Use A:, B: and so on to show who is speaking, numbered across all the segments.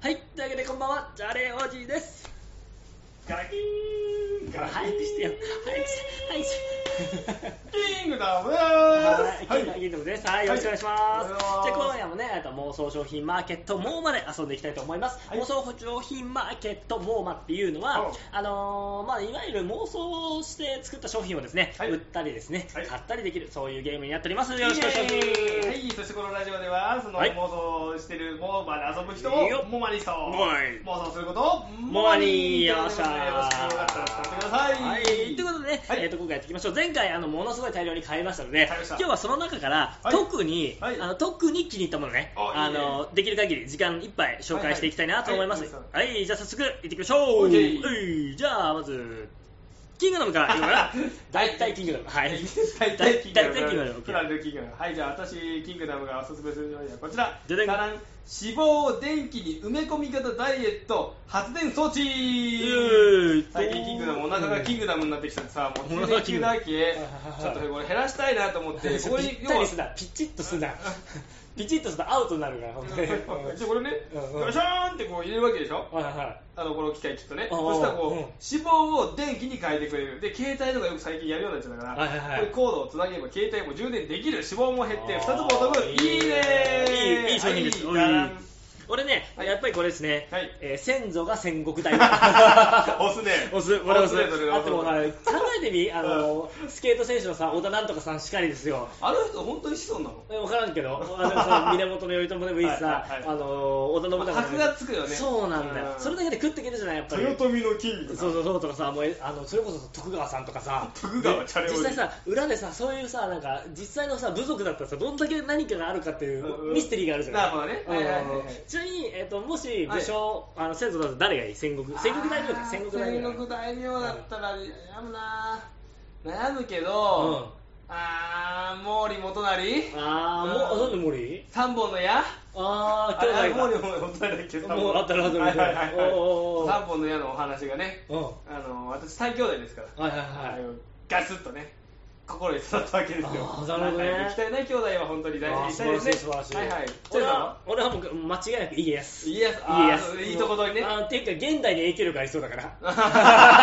A: はい、というわけでこんばんは、じゃれおじです。
B: ガラキーンガラキーン
A: 早くしてよ、早くして、早くして。
B: キングダムで
A: はい、
B: ーす
A: キングキングです。はい、よろしくお願いします。
B: はい
A: じゃあ今夜もね、えっと妄想商品マーケットモーマで遊んでいきたいと思います。
B: はい
A: 妄想商品マーケットモーマっていうのは、
B: うん
A: あのーまあいわゆる妄想をして作った商品をですね、
B: はい
A: 売ったりですね、
B: はい
A: 買ったりできるそういうゲームになっております。よろしくお願いします。
B: はい、そしてこのラジオでは、その
A: はい
B: 妄想してるモーマで遊ぶ人
A: いいよ
B: をモマリさん
A: モマリ
B: 妄想することを
A: モアニーよっしゃ
B: よろしくよかったら使ってください。
A: はい、ということでね、
B: はい
A: えー、と今回やっていきましょう前回あのものすごい大量に買いましたので
B: 買いました
A: 今日はその中から、
B: はい
A: 特に、
B: はい
A: あの特に気に入ったものね
B: あいいね
A: のできる限り時間いっぱい紹介していきたいなと思います
B: は
A: はいい、
B: はい
A: じゃあ早速いってきましょう、
B: オッケー
A: はいじゃあまずキングダムからいこうか な大体キングダムはい
B: 大体キングダム。
A: 大体キングダム
B: プラルキングダム。はい、じゃあ私、キングダムがおすすめするのはこちら。
A: ででん
B: ダダン脂肪を電気に埋め込み型ダイエット発電装置
A: ーイ
B: 最近キングダムお腹がキングダムになってきたんでさもう
A: お腹
B: 急
A: が
B: に
A: キン
B: 急
A: グ
B: だ
A: ダ
B: け
A: ム
B: ちょっとこれ減らしたいなと思って
A: そ
B: こ
A: う
B: こ
A: ピ
B: に
A: ッタリすなピチッとすな ピチッとすなアウトになるからほんとに
B: でこれね
A: うんうん
B: ガシャーンってこう入れるわけでしょ
A: はいはい
B: あのこの機械きっとね
A: ああ
B: そしたらこう、
A: うん
B: 脂肪を電気に変えてくれるで携帯とかよく最近やるようになっちゃったから、
A: はいはいはい
B: これコードをつなげば携帯も充電できる脂肪も減って2
A: あー
B: つもお得いいねー
A: いいいい商品です
B: はいダダン
A: 俺ね、
B: はい
A: やっぱりこれですね、
B: はい
A: えー先祖が戦国大
B: 押すね
A: 押 す俺押す
B: 押すねそれは
A: あともう考えてみあの、スケート選手のさ織田なんとかさんしかりですよ
B: あの人本当に子孫なの
A: え分からんけ どあのさ源頼朝でもいいしさ、
B: はいはいはい
A: あの織田信長でもいい
B: 箔がつくよね
A: そうなんだよ、
B: うん
A: それだけで食っていけるじゃないやっぱり
B: 豊臣のキング
A: そうそうそうとかさもうえあのそれこそ徳川さんとかさ
B: 徳川チャレ
A: で
B: 王子
A: 実際さ裏でさそういうさなんか実際のさ部族だったらさどんだけ何かがあるかってい
B: うんう
A: うんミステリーがあるじゃない
B: なるほどね
A: うん
B: はいはいはいはい
A: ちなみに、えっともし武将、あの先祖だと誰がいい戦国戦国大名
B: あ
A: か
B: ー
A: 戦国大名
B: 戦国大名だったら悩むな悩むけど、ああ毛利元就
A: ああもうあなんで森
B: 三本の矢
A: ああ
B: あれあれ
A: 兄
B: 毛
A: 弟
B: 利
A: が
B: 元就だっけ三
A: もう
B: 本
A: あったらあったら
B: はいはいはいはい
A: おうおうおう
B: 三本の矢のお話がね
A: うん
B: あの私三兄弟ですから
A: はいはいはい
B: ガツッとね心に刺さったわけですよ
A: あーなるほどね
B: 仲良くしたいな兄弟は本当に大事にしたいですね
A: あー素晴らしい素晴らしい、
B: はいはい
A: 俺は俺はもう間違いなくイエス
B: いいやつ
A: いい
B: あ
A: や
B: ーいいとこ取りね
A: あーっていうか現代に影響力ありそうだから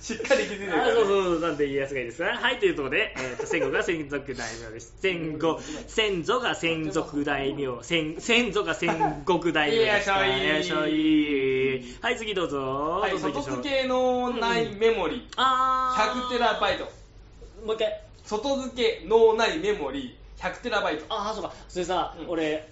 B: しっかり気づいてるから
A: あ
B: ね
A: そうそうそうなんで家康がいいですねはいということで、えー、と 戦国が戦族大名です戦後先祖が戦族大名先先祖が戦国大名ですから
B: いいやしょい
A: いやしょいはい次どうぞ、
B: はい、
A: どうぞ
B: 外
A: 行きましょ
B: 付
A: う
B: けのないメモリー、
A: あー
B: 100テラバイト
A: もう一回
B: 外付けのないメモリー100テラバイト
A: ああそうかそれさ、
B: うん
A: 俺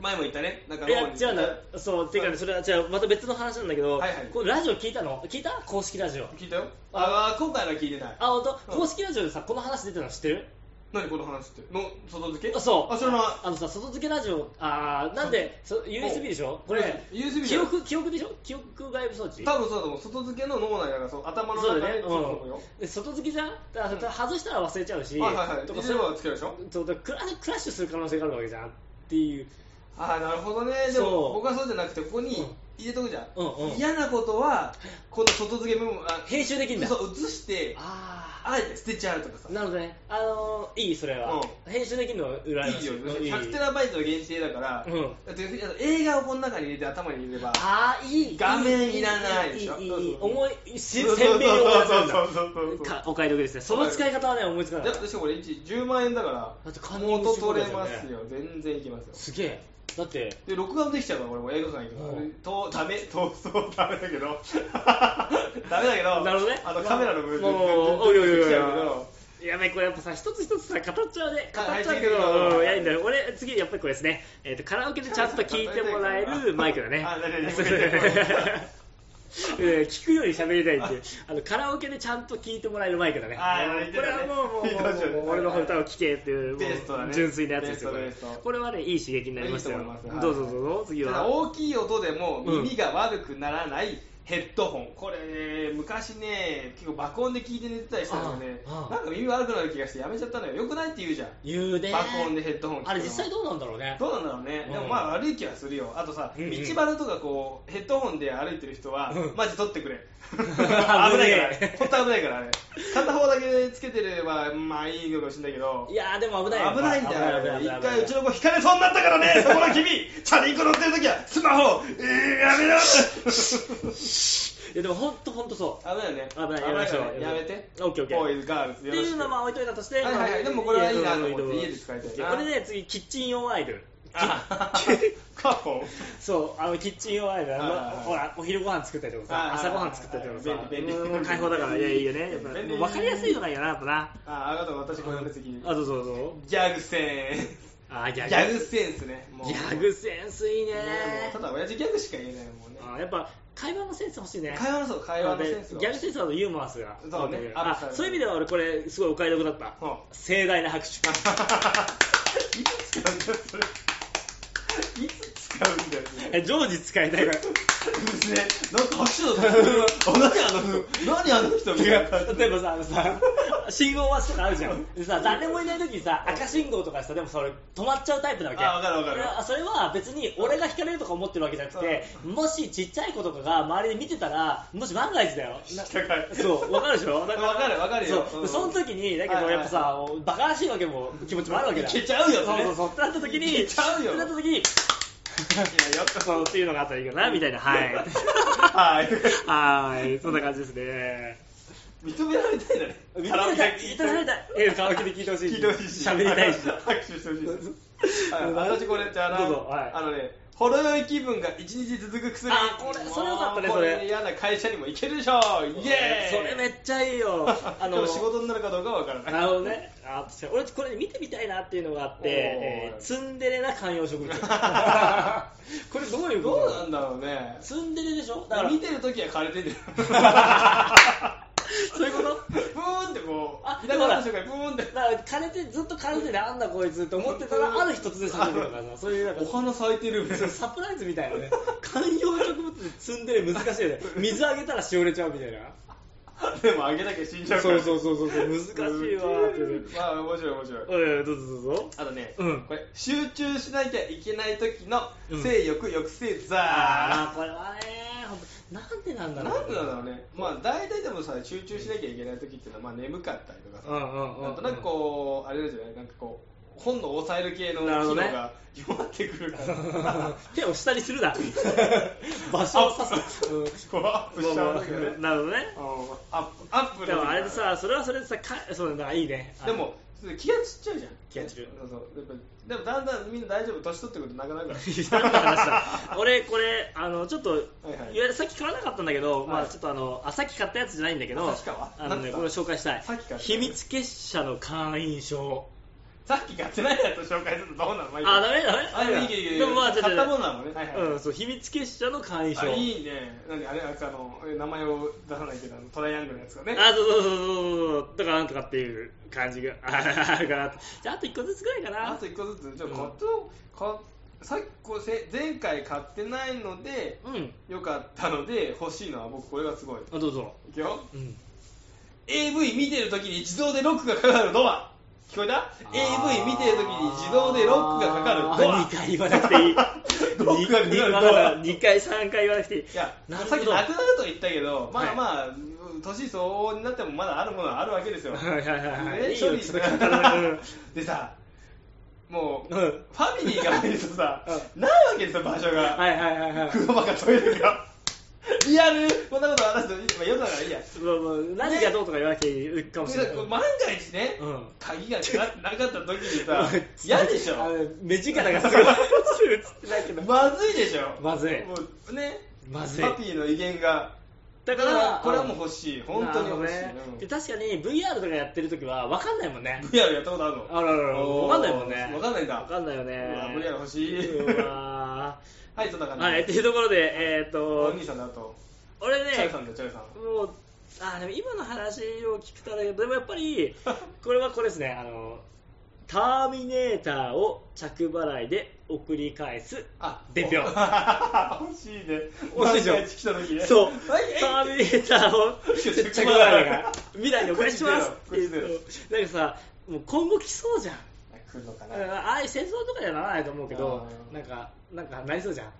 B: 前も言ったねなんか
A: いや
B: 脳に
A: 違うんだそうていうかねそれは違うまた別の話なんだけど、
B: はいはい
A: これラジオ聞いたの聞いた公式ラジオ
B: 聞いたよああ今回のは聞いてない
A: あ本当、
B: うん
A: 公式ラジオでさこの話出てたの知ってる
B: 何この話っての外付け
A: あそう
B: あそれの
A: あのさ外付けラジオあーなんでそ USB でしょこれ、ね、
B: USB
A: 記憶記憶でしょ記憶外部装置
B: 多分そうだと思う外付けの脳内だからそう頭の中
A: そう
B: で
A: だね、
B: そうだと思うよ
A: うん、で外付けじゃんだから、外したら忘れちゃうし、
B: はいはいはい
A: とか
B: 入れ
A: そ
B: れ
A: れ
B: ばつけるでしょ
A: そうだからクラクラッシュする可能性があるわけじゃんっていう
B: ああなるほどねで
A: そう
B: も僕はそうじゃなくてここ
A: う
B: に
A: ん
B: 入れとくじゃん、
A: うんうん
B: 嫌なことはこの外付けメモあ
A: 編集できるんだ
B: そう移して
A: あ
B: あえて捨てちゃうとかさ
A: あなるほどねあのー、いいそれは、編集できるのは羨ま
B: い
A: し
B: い
A: い
B: よ
A: いい
B: 100テラバイトの限定だから、
A: うん
B: だって映画をこの中に入れて頭に入れれば
A: ああいい
B: 画面いらないでしょ
A: いいい
B: そう
A: いい
B: そう
A: い
B: そう
A: 思いし
B: そう
A: 鮮明に思い出せるん
B: そうそうそうそう
A: だかお買い得ですねその使い方はね思いつかな
B: だ
A: い
B: ってしかもこれ1 10万円だか
A: だって
B: ら
A: カンニング
B: 元
A: してく
B: 取
A: れ
B: れ
A: たよ
B: ま
A: ね
B: すよ全然いきますよ
A: すげえだって
B: で録画もできちゃうから俺も映画館行く
A: うん
B: からとダメ逃走ダメだけど ダメだけど
A: なるほどね
B: あのカメラの部分
A: もう
B: 全然
A: おいおいおいおい
B: できちゃうけど
A: やべこれやっぱさ一つ一つさ語っちゃうね語
B: はい
A: っちゃうけ
B: はい
A: どうんいやいいんだよ俺次やっぱりこれですねえーとカラオケでちゃんと聞いてもらえるマイクだね
B: あなるほ
A: そう
B: ど
A: そううん聞くより喋りたいっていうあのカラオケでちゃんと聞いてもらえるマイクだね
B: あーなるほ
A: これはもうも
B: ど
A: う
B: いい感じだね
A: もうもう俺の歌を聴けっていうもう
B: ベストだね
A: 純粋なやつですよこれ
B: ベストベスト
A: これはねいい刺激になりましたよ
B: いいと思いますはい
A: どうぞどうぞ次
B: ただ
A: は
B: 大きい音でも耳が悪くならないヘッドホンこれ、ね、昔ね結構爆音で聞いて寝てたりしたのね
A: ああ
B: なんか耳悪くなる気がしてやめちゃったのよよくないって言うじゃん
A: 言うね
B: 爆音でヘッドホン聞くの
A: あれ実際どうなんだろうね
B: どうなんだろうね、
A: うん
B: でもまあ悪い気はするよあとさ、
A: うんうん
B: 道端とかこうヘッドホンで歩いてる人は、
A: うん
B: マジ取って くれ危ないから
A: 危ねえ
B: 本当危ないからあれ片方だけつけてればまあいいのかもしれないけど
A: いやーでも危
B: 危
A: ないよ
B: ないんだよあ
A: 危ない
B: れ
A: 危
B: 一
A: ない危ない
B: 回うちの子引かれそうになったから ねそこの君チャリンコ乗ってる時はスマホ、えー、や めろ
A: いやでも本当本当そ
B: 危ないよね
A: う危ない
B: 危な
A: やめま
B: いからね
A: しょう
B: やめて
A: オッケーオッケー
B: ボーイズガールズ
A: うっ
B: よ
A: て
B: ろ
A: い
B: し
A: う
B: く
A: のはまあ置いといたとして
B: はいはいはいでもこれはいいなと思って家で使いたいな
A: これで次キッチン用アイドル
B: あカポ
A: そうあのキッチン用アイドルあの
B: はいはいはい
A: ほらお昼ご飯作ったりとか
B: はい
A: さ
B: はいはい
A: 朝ご飯作ったりとかさ
B: 便利便利
A: うん開放だからいやいいよねやっぱ
B: 便利
A: もう分かりやすいのがいいよなやっぱな
B: ああなた私これの次
A: あそうそうそう
B: ギャグセン
A: あギ
B: ギ
A: ャグ
B: ャグセンスねもう
A: ギャグセンスいいね
B: ねもうただ親父ギャグしか言えないもんね
A: あやっぱ会話のセンス欲しいね
B: 会話のそう会話のセンス
A: ギャグセンスだとユーモアスが
B: そうね
A: あ
B: あ
A: そういう意味では俺これすごいお買い得だった
B: は
A: 盛大な拍手
B: いつ使うんだよそれいつ使うんだよそれ
A: え常時使い たいから
B: ね、なんか拍手だった。あ、何あの、何あの人みたいな。
A: 例えばさあのさ信号待ちとかあるじゃんでさ誰もいない時にさ赤信号とかさでもそれ止まっちゃうタイプなわけ
B: あわかるわかる
A: いやそれは別に俺が引かれるとか思ってるわけじゃなくてもしちっちゃい子とかが周りで見てたらもし万が一だ よな
B: たかい
A: そうわかるでしょだら
B: わかるわかるよ
A: そう
B: うん
A: その時にだけ
B: はい
A: ど
B: はい
A: やっぱさ、バカらしいわけも気持ちもあるわけだ
B: いけちゃうよ
A: そ
B: そうれ
A: そうそうってなった時に
B: いけちゃうよ
A: ってなった時に
B: いや、やっぱ
A: そうっていうのがあったらいいかなみたいな はい
B: はい。
A: はーいそんな感じですね
B: 認められたいんだね。
A: 認められたい、認められたい。え、カラオケで聞いてほしい。
B: 聞いてほしいし。
A: 喋りたい し。
B: 拍手してほしい
A: そうそう
B: し。はい私これってあの、
A: どうぞはい
B: あのね、ほろ酔い気分が一日続く薬。
A: あこれそれよかったね
B: もう
A: それ
B: こ嫌な会社にも行けるでしょ。イエーイ
A: それめっちゃいいよ。
B: あの、でも仕事になるかどうかはわからない。
A: なるほどね。あ確かに俺、これ見てみたいなっていうのがあって、
B: おー
A: えーツンデレな観葉植 物。これどういうこ
B: ど
A: と
B: うなんだろうね。
A: ツンデレでしょだから、
B: 見てるときは枯れ てる。
A: そういうこと
B: ブーンってこ
A: あ
B: う、ひらがなの紹介、ブーンって。
A: だから枯れてずっと枯れててなんだこいつって思ってたらある日突然咲いてくるのからさそういうなんか
B: お花咲いてる。
A: そうサプライズみたいなね観葉植物でツンデレ難しいよね水あげたらしおれちゃうみたいな
B: でも、あげなきゃ死んじゃうか
A: そ
B: ら。
A: うそうそうそうそう難しいわーっていう
B: まあ、面白い面白い。
A: ええどうぞどうぞ
B: あとね、
A: うん
B: これ、集中しなきゃいけない時の
A: うん
B: 性欲抑制
A: ああ
B: ザ
A: これはねほんとなんでなんだ
B: ー。
A: ろう
B: なんでなんだろうね。まあ、大体でもさ、集中しなきゃいけない時っていうのは、まあ、眠かったりとかさ、
A: うんうんうん
B: なんとなくこう、あれなんじゃないなんかこう、本能を抑える系の機
A: なるほど
B: 能
A: ね
B: が弱ってくるから。
A: 手を下にするな場所を指す、うん
B: こう、アップしちゃうんだけどね。
A: なるほどね
B: うんアップ、アップの時
A: でもあれでさそれはそれでさかそうなんかいいねあ
B: で
A: の
B: も気がちっちゃいじゃん
A: 気がちっちゃい
B: そうそうやっぱでもだんだんみんな大丈夫年取ってくるとなくなる か
A: いやなんか話だ俺これあのちょっと、い
B: いはい
A: わゆるさっき買わなかったんだけど、まあ
B: はい
A: ちょっとあのあさっき買ったやつじゃないんだけど
B: あさっき買った
A: あの
B: なん
A: ね
B: だ
A: これを紹介したい
B: さっき買った
A: 秘密結社の会員証
B: らさっき買ってないやつ紹介するとどうなのまいい
A: あダメダメ
B: あでもいいけどいいけ
A: で
B: ど
A: もまあじゃあ
B: 買
A: じ
B: っ
A: ゃあ
B: たものなのねはいはい、
A: うん、そう秘密結社の会員証
B: あいいね何あれあいつあの名前を出さないけどあのトライアングルのやつがね
A: あそうそうそうそうそうだからなんとかっていう感じが ああるかなとじゃああと1個ずつぐらいかな
B: あと一個ずつじゃあ
A: うん
B: 買った、買さっきこうせ前回買ってないので
A: うん
B: よかったので欲しいのは僕これがすごい
A: あどうぞ
B: いくよ
A: うん
B: AV 見てるときに自動でロックがかかるドア聞こえた ?AV 見てるときに自動でロックがかかるドア
A: 2回言わなくていい
B: ロックがかかるドア
A: 2回3回言わなくていい
B: いや
A: なるほど
B: さっきなくなると言ったけどまあまあ、年相応になってもまだあるものはあるわけですよ、
A: はいはいはいはい
B: ね
A: いい
B: 処
A: よ
B: 理
A: ちょっと体 うん
B: でさもう、
A: うん
B: ファミリーが入るとさ、ないわけですよ場所が、
A: はいはいはいはい
B: 風呂場かトイレがリアルこんなこと話すと、まあ、夜だからいいや
A: まあまあ何がどうとか言わなきゃいいかもしれない
B: で万が一ね、
A: うん
B: 鍵がななかった時に さ嫌でしょ
A: あの目力がす ごい映ってないけど
B: まずいでしょ
A: まずい
B: もうね
A: まずい
B: パピーの威厳が
A: だ
B: これはもう欲しい本当に欲しい、
A: なるほどねで確かに VR とかやってる時は分かんないもんね
B: うん VR やったことあるの
A: あららら
B: おー
A: 分かんないもんね
B: わかんないんだ
A: 分かんないよね
B: うわ VR 欲しいう
A: わ
B: はいそんな
A: ー
B: 感じ
A: はいっていうところでえっと
B: お兄さんだと
A: 俺ね
B: チャイさんだよチャイさん
A: もう あーでも今の話を聞くとあれだけどでもやっぱりこれはこれですねあのターミネーターを着払いで送り返す
B: あ
A: 伝票
B: 惜しいね
A: 惜しいでしょ
B: 万が一来た時ね
A: そう
B: はいえい
A: ターミネーターを
B: 着
A: 着
B: 払い
A: 払いが未来にお返しします
B: こっちだよこっ
A: えっとなんかさもう今後来そうじゃん
B: 来るのかな
A: ああいう戦争とかにはならないと思うけど
B: うん
A: なんかなんかなりそうじゃん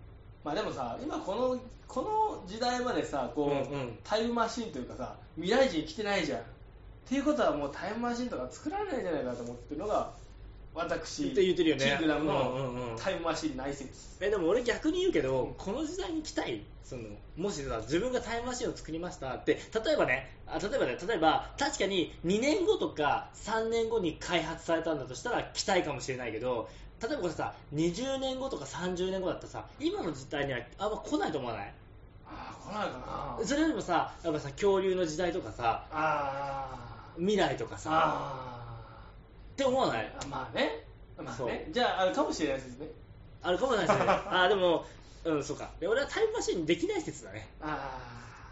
B: まあでもさ今このこの時代までさこう、
A: うんうん
B: タイムマシンというかさ未来人来てないじゃんっていうことはもうタイムマシンとか作られないんじゃないかと思ってるのが私
A: って言ってるよね
B: キングダム
A: うんうんう
B: の
A: ん
B: タイムマシン内説、
A: えでも俺逆に言うけど、
B: うん
A: この時代に来たいそのもしさ自分がタイムマシンを作りましたって例えばねあ例えばね例えば確かに2年後とか3年後に開発されたんだとしたら来たいかもしれないけど例えばこれさ20年後とか30年後だったらさ今の時代にはあんま来ないと思わない
B: ああ来ないかな
A: それよりもさやっぱさ恐竜の時代とかさ
B: あー
A: 未来とかさ
B: あ
A: って思わない
B: ーあまあねまあ
A: そう
B: ねじゃああるかもしれないですね
A: あるかもしれ ないですねあーでもうんそうかで俺はタイムマシンできない説だね
B: あ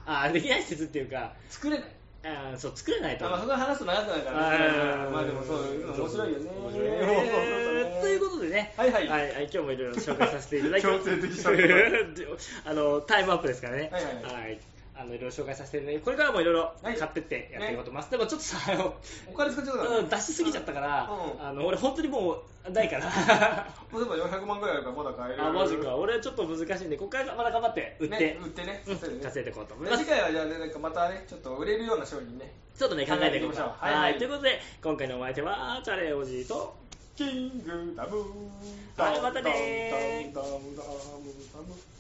B: あ
A: あーできない説っていうか
B: 作れない
A: あーそう作れないと
B: あ
A: 思う
B: まあそこは話すと長くなるからねまあでもそういうの面白いよね
A: 面白いねということでね、
B: はいはい
A: はい、今日もいろいろ紹介させていただきま
B: 強制的
A: す
B: 紹
A: あのタイムアップですからね、
B: はいはいはい
A: あのいろいろ紹介させていただいて、これからもいろいろ
B: はい
A: 買ってってやっていこうと思います。でもちょっとさ、あの、
B: お金使っちゃうから、
A: うん出しすぎちゃったから、
B: うん
A: あの俺本当にもうないから。
B: もうでも400万ぐらいあるからまだ買える
A: あマジか俺ちょっと難しいんでここからまだ頑張って売って、
B: ね、売ってね
A: うん
B: そうだよね
A: 稼いでいこうと思い
B: で
A: ます
B: 次回はじゃあねなんかまたねちょっと売れるような商品ね
A: ちょっとね考えていこうと
B: 考えていきましょうは
A: はいい、
B: はい
A: ということで今回のお相手はチャレおじいと
B: キングダム
A: はいまたねー
B: ダムダムダムダム